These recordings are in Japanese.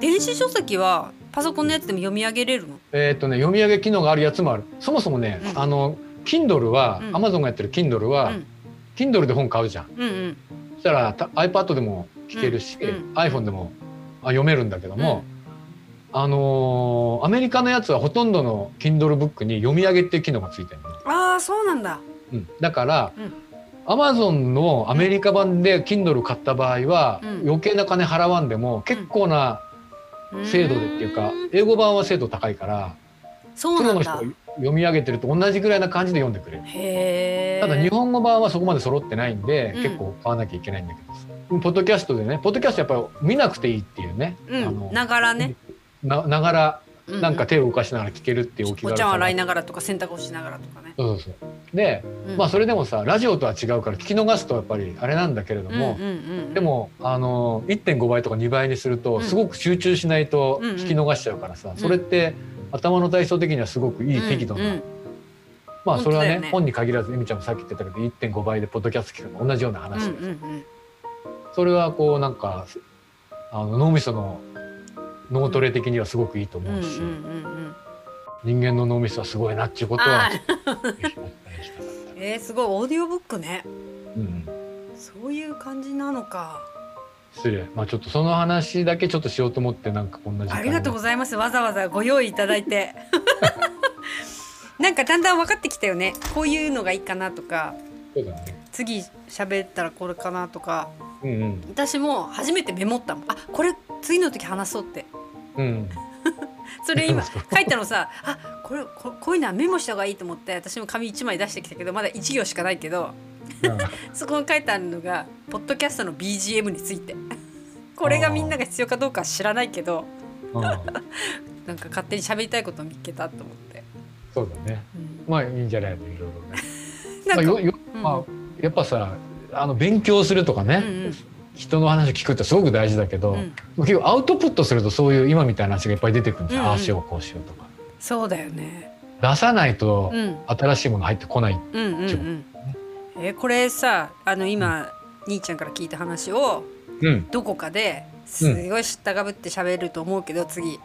電子書籍はパソコンのやつでも読み上げれるのえーっとね読み上げ機能があるやつもあるそもそもね、うんあの Kindle は、うん Amazon がやってる Kindle は、うん Kindle で本買うじゃんうんうんそしたらた iPad でも聞けるし、うん iPhone でもあ読めるんだけども、あのーアメリカのやつはほとんどの Kindle ブックに読み上げっていう機能がついてるの、ああそうなんだうん、だから、うん Amazon のアメリカ版で Kindle 買った場合は、うん余計な金払わんでも結構な精度でっていうか、ーん英語版は精度高いからそうプロなのん人だが読み上げてると同じぐらいな感じで読んでくれる。へえただ日本語版はそこまで揃ってないんで、うん結構買わなきゃいけないんだけどポッドキャストでねポッドキャストやっぱり見なくていいっていうね、あうのんながらねなながらうなんか手を動かしながら聞けるっていうお気お軽茶をさが洗いながらとか洗濯をしながらとかね、そうそうそうで、うんまあそれでもさラジオとは違うから聞き逃すとやっぱりあれなんだけれども、うんうんうんうんでもあの1.5倍とか2倍にするうとんすごく集中しないとうんうん聞き逃しちゃうからさ、んそれって頭の体操的にはすごくいい適度な、うんうんまあそれ本当だはねよね本に限らずエミちゃんもさっき言ってたけど1.5倍でポッドキャスト聞くのと同じような話で、うんうんそれはこうなんかあの脳みその脳トレ的にはすごくいいとうんう思んううし、んうんうん人間の脳みそはすごいなっていうことあは、ーえー、すごいオーディオブックねうん、そういう感じなのか 失礼まあちょっとその話だけちょっとしようと思ってなんかこんな時間ありがとうございますわざわざご用意いただいて なんかだんだん分かってきたよねこういうのがいいかなとかそうだね次喋ったらこれかなとかうんうん私も初めてメモったもんあこれ次の時話そうってうんそれ今 そ書ういたのさあこれここういうのはメモした方がいいと思って私も紙1枚出してきたけどまだ1行しかないけど そこに書いてあるのがポッドキャストの BGM について これがみんなが必要かどうかは知らないけどうんうんなんか勝手に喋りたいことを見っけたと思って、そうだねうんまあいいんじゃないのいろいろね なんまあかよようんまあやっぱさあの勉強するとかね、うんうん人の話を聞くってすごく大事だけど、うん結構アウトプットするとそういう今みたいな話がいっぱい出てくるんですよ、うんうんああしようこうしようとかそうだよね。出さないと、うん、新しいもの入ってこない。うん、うん、自うん。えーこれさ、あの今、兄ちゃんから聞いた話を、うん。どこかで。すごい知ったかぶって喋ると思うけど、次。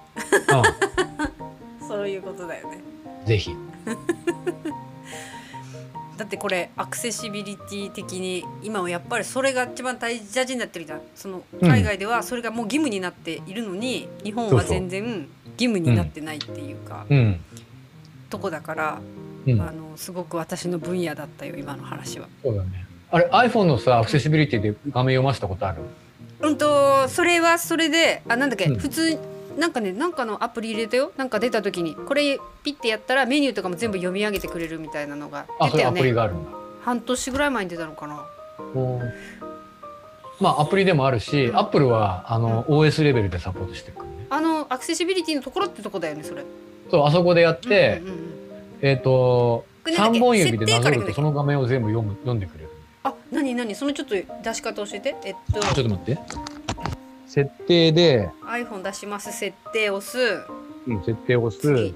そういうことだよね。ぜひ。だってこれアクセシビリティ的に今はやっぱりそれが一番大事になってるじゃんそのうん海外ではそれがもう義務になっているのに日本は全然義務になってないっていうかうん。とこだからうん。あのすごく私の分野だったよ今の話は。そうだね。あれ iPhone のさアクセシビリティで画面読ませたことある？うんとそれはそれであなんだっけ、うん普通なんかねなんかのアプリ入れたよなんか出た時にこれピッてやったらメニューとかも全部読み上げてくれるみたいなのがあ、出そたれよアプリねがあるんだ。半年ぐらい前に出たのかなまあアプリでもあるし、うん Apple はあの OS レベルでサポートしてくるね。あのアクセシビリティのところってとこだよねそれそうあそこでやって、うんうんうんえっ、とこれなんだっけ三本指でなぞ設定からいくるんだっとけその画面を全部読む読んでくれる。あなになにそのちょっと出し方教えてえっとちょっと待って。設定で、 iPhone 出します設定押すうん設定を押す次。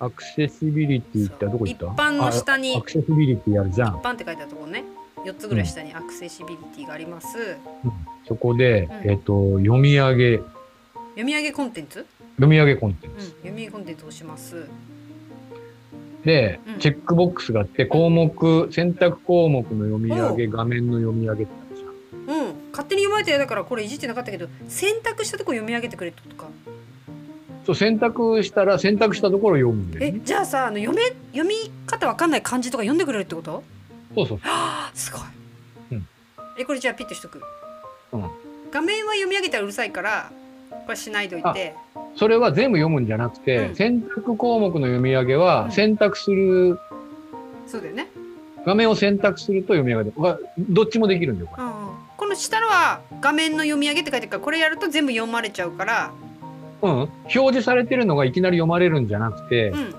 アクセシビリティってどこ行った？一般の下にあアクセシビリティやるじゃん。バンって書いてあるところね4つぐらい下にアクセシビリティがあります、そこで、うんえっ、と、読み上げ、読み上げコンテンツ、読み上げコンテンうん、ツ。読み上げコンテンツ押しますで、うんチェックボックスがあって、項目、選択項目の読み上げ、画面の読み上げってあるじゃん。うん、勝手に読まれてだからこれいじってなかったけど選択したとこ読み上げてくれってことかそう、選択したら、選択したところを読むんだよえね。じゃあさあの読め読み方わかんない漢字とか読んでくれるってことそうそう。あすごい、うんえこれじゃあピッとしとく、うん画面は読み上げたらうるさいからこれしないといてそれは全部読むんじゃなくて、うん選択項目の読み上げうは、ん選択する、そうだよね、画面を選択すると読み上げる。わどっちもできるんだよ、こうれ。んうん、この下のは画面の読み上げって書いてあるからこれやると全部読まれちゃうから、うん。表示されてるのがいきなり読まれるんじゃなくて、うん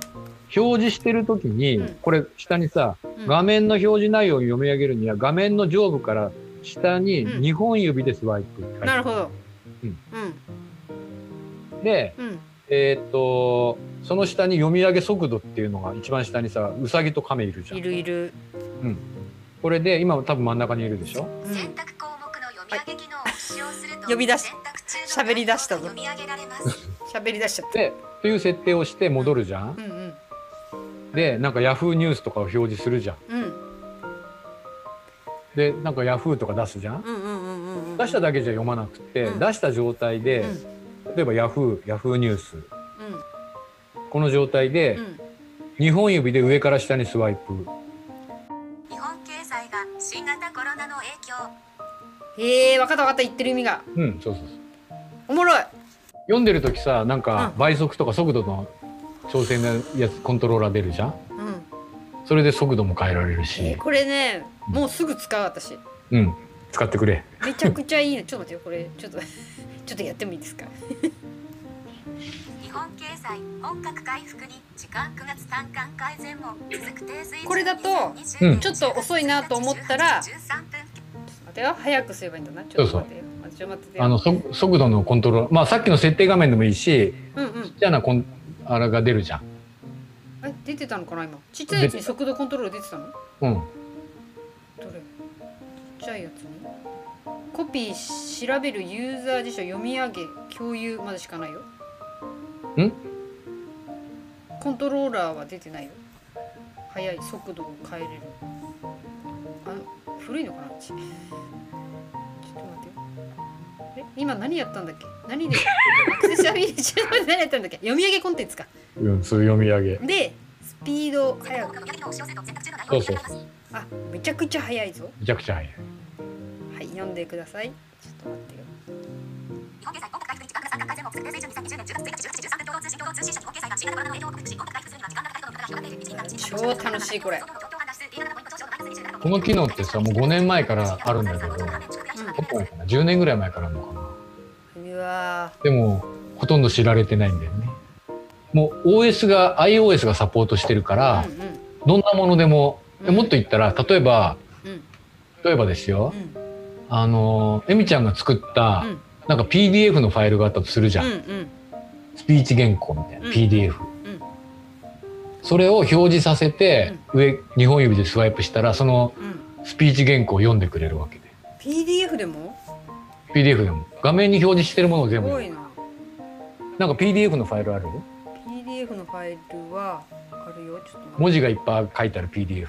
表示してる時に、うんこれ下にさ、うん、画面の表示内容を読み上げるには画面の上部から下にうん2本指でスワイプって書いてなあるほどううんんるで、うんえーっとその下に読み上げ速度っていうのが一番下にさウサギとカメいるじゃんいるいる、これで今多分真ん中にいるでしょうん選択項目の読み上げ機能を使用すると、呼び出し選択喋り出したぞ読み上げられます。喋り出しちゃっでという設定をして戻るじゃんた。う。んうんでなんかヤフーニュースとかを表示するじゃん。うんでなんかヤフーとか出すじゃん。うんうんうんうんうん。出しただけじゃ読まなくて、うん出した状態で、例えばヤフーヤフーニュースこの状態で、うんうん2本指で上から下にスワイプ。日本経済が新型コロナの影響。へえ分かった分かった言ってる意味がうんそうそうそう。おもろい。読んでる時さなんかうん倍速とか速度の調整のやつコントローラー出るじゃん。うん。それで速度も変えられるえしー、これねうんもうすぐ使う私。うん使ってくれ。めちゃくちゃいいね。ちょっと待ってよこれちょっと ちょっとやってもいいですか。日本経済本格回復に時間9月単価改善も続く低水準これだとうんちょっと遅いなと思ったら待てよ早くすればいいんだな。ちょっと待ってよ。待ってちょっと待ってよあのそ速度のコントローラーまあさっきの設定画面でもいいしうんうん。ちっちゃなコンあれが出るじゃん。え出てたのかな今。ちっちゃいやつに速度コントロール出てたの？うんどれちっちゃいやつにコピー調べるユーザー辞書読み上げ共有までしかないよんコントローラーは出てないよ速い速度を変えれるあ古いのかなうちちょっと待ってよあれ今何やったんだっけ何でアクセサリーでちょっと待って何やったんだっけ読み上げコンテンツかうんそういう読み上げ。でスピード速くそうそうそうあめちゃくちゃ速いぞめちゃくちゃ早い。はい読んでくださいちょっと待ってよ日本経済本格回復に時間が3回も続く低水準2020年10月1日13分同通信共同通信社日本経済が新型コロナの影響を克服し本格回復するには時間がかかるとの見方が広がっている超楽しいこれこの機能ってさもう5年前からあるんだけどう結構前かな10年ぐらい前からあるのかな。うわでもほとんど知られてないんだよね。もう OS が iOS がサポートしてるかーら、うんうんどんなものでも、でうんもっと言ったら例えばうん例えばですよ、うんあのエミちゃんが作った、うんなんか PDF のファイルがあったとするじゃん、うんスピーチ原稿みたいな、うん PDF、うんそれを表示させて、上2本指でスワイプしたらそのうんうんスピーチ原稿を読んでくれるわけで PDF でも PDF でも画面に表示してるものをす全部ごいななんか PDF のファイルある PDF のファイルはあるよちょっと待っ文て字がいっぱい書いてある PDF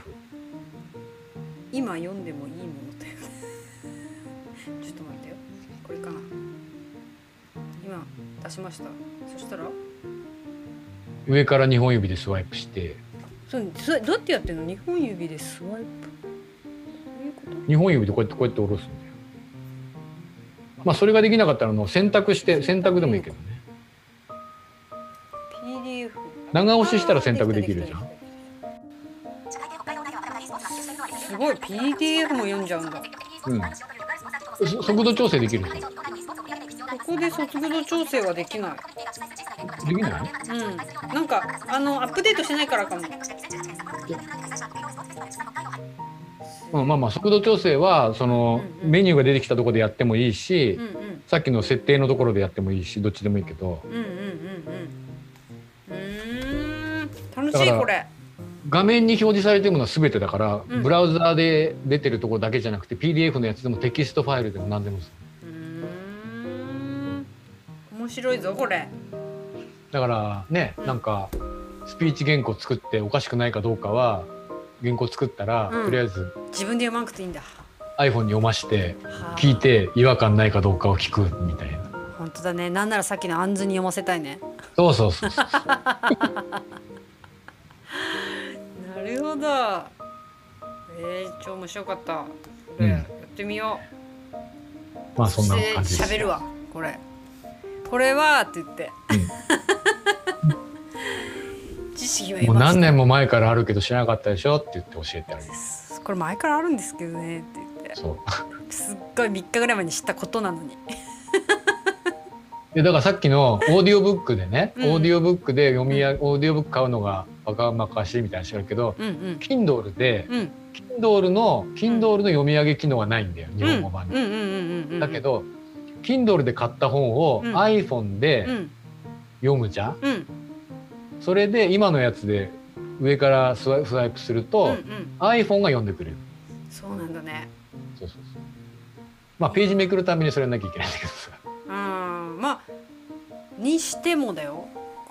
今読んでもいいもの だよねちょっと待ってよこれかな今出しましたそしたら上から2本指でスワイプしてそうそれどうやってやってんの二本指でスワイプそういうこと2本指でこうやってこうやって下ろすんだよまあそれができなかったらあの選択して選択でもいいけどね PDF 長押ししたら選択できるじゃんすごい PDF も読んじゃうんだ、うんそ速度調整できるでしょここで速度調整はできないできないうんなんかあのアップデートしてないからかもうん、まあまあ速度調整はそのうんうんメニューが出てきたところでやってもいいし、うんうんさっきの設定のところでやってもいいしどっちでもいいけどうんうんうんうんうーん楽だしいからこれ画面に表示されてるものは全てだから、うんブラウザーで出てるところだけじゃなくて PDF のやつでもテキストファイルでも何でもすうーん面白いぞこれだからね、うんなんかスピーチ原稿作っておかしくないかどうかは原稿作ったら、うんとりあえず自分で読まなくていいんだ iPhone に読ましてはあ聞いて違和感ないかどうかを聞くみたいな本当だねなんならさっきのあんずに読ませたいねそうそうそう そうなるほどえー、超面白かったこれ、うんやってみようまあそんな感じしでてす喋るわこれこれはって言って、知識を得もうま何し年も前からあるけど知らなかったでしょって言って教えてあげるたこれ前からあるんですけどねって言ってそうすっごい3日ぐらい前に知ったことなのにでだからさっきのオーディオブックでね、うんオーディオブックで読みやオーディオブック買うのがバカバカしいみたいな人あるけどうん Kindle でうんうん Kindle の Kindle の読み上げ機能がないんだよ日本語版に。うんうんうんうんうんうんだけど Kindle で買った本をうん iPhone でうん読むじゃん、うんうんそれで今のやつで上からスワイスワイプするうと、ん iPhone が読んでくれるそうなんだねそうそうそうまあページめくるためにそれやんなきゃいけないんだけどさうんにしてもだよ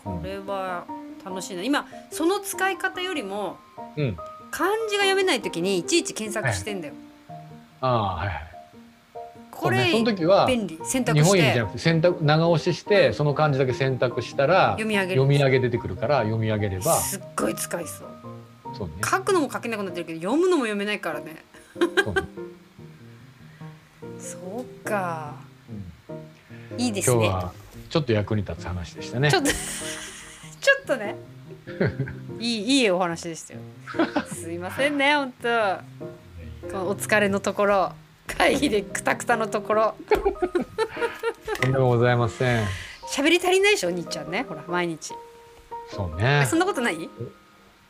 うんこれは楽しいな今その使い方よりもうん漢字が読めない時にいちいち検索してんだよ、ああはいはいこそうねれその時は便利選択日し本読みじゃてなくて選択長押ししてその漢字だけ選択したら読み上げる読み上げ出てくるから読み上げればすっごい使いそうそうね書くのも書けなくなってるけど読むのも読めないからねそうねそうかうんいいです今日ねはちょっと役に立つ話でしたねちょっと ちょっとねいいいいお話でしたよすいませんね本当このお疲れのところ会議でクタクタのところとんでもございません喋り足りないでしょ兄ちゃんねほら毎日そうねあそんなことない喋っ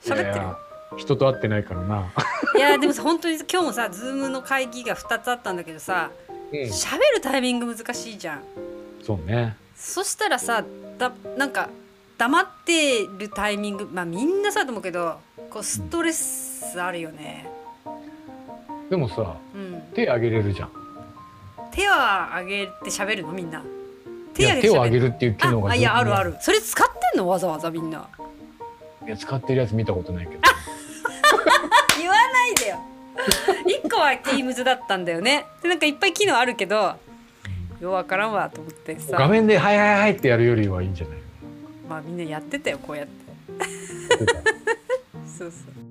ているや人と会ってないからないやでもさ本当に今日もさ Zoom の会議が2つあったんだけどさうん喋るタイミング難しいじゃんそうねそしたらさだなんか黙ってるタイミングまあみんなさと思うけどこうストレスあるよねでもさうん手あげれるじゃん手は上げて喋るのみんな手いや手をあげるっていう機能あがあいやあ全る然あるそれ使ってんのわざわざみんないや使ってるやつ見たことな いけど言わない でよ一個は Teams だったんだよねでなんかいっぱい機能あるけどようわからんわと思ってさ画面で「はいはいはい」ってやるよりはいいんじゃない まあみんなやってたよこうやってそうそう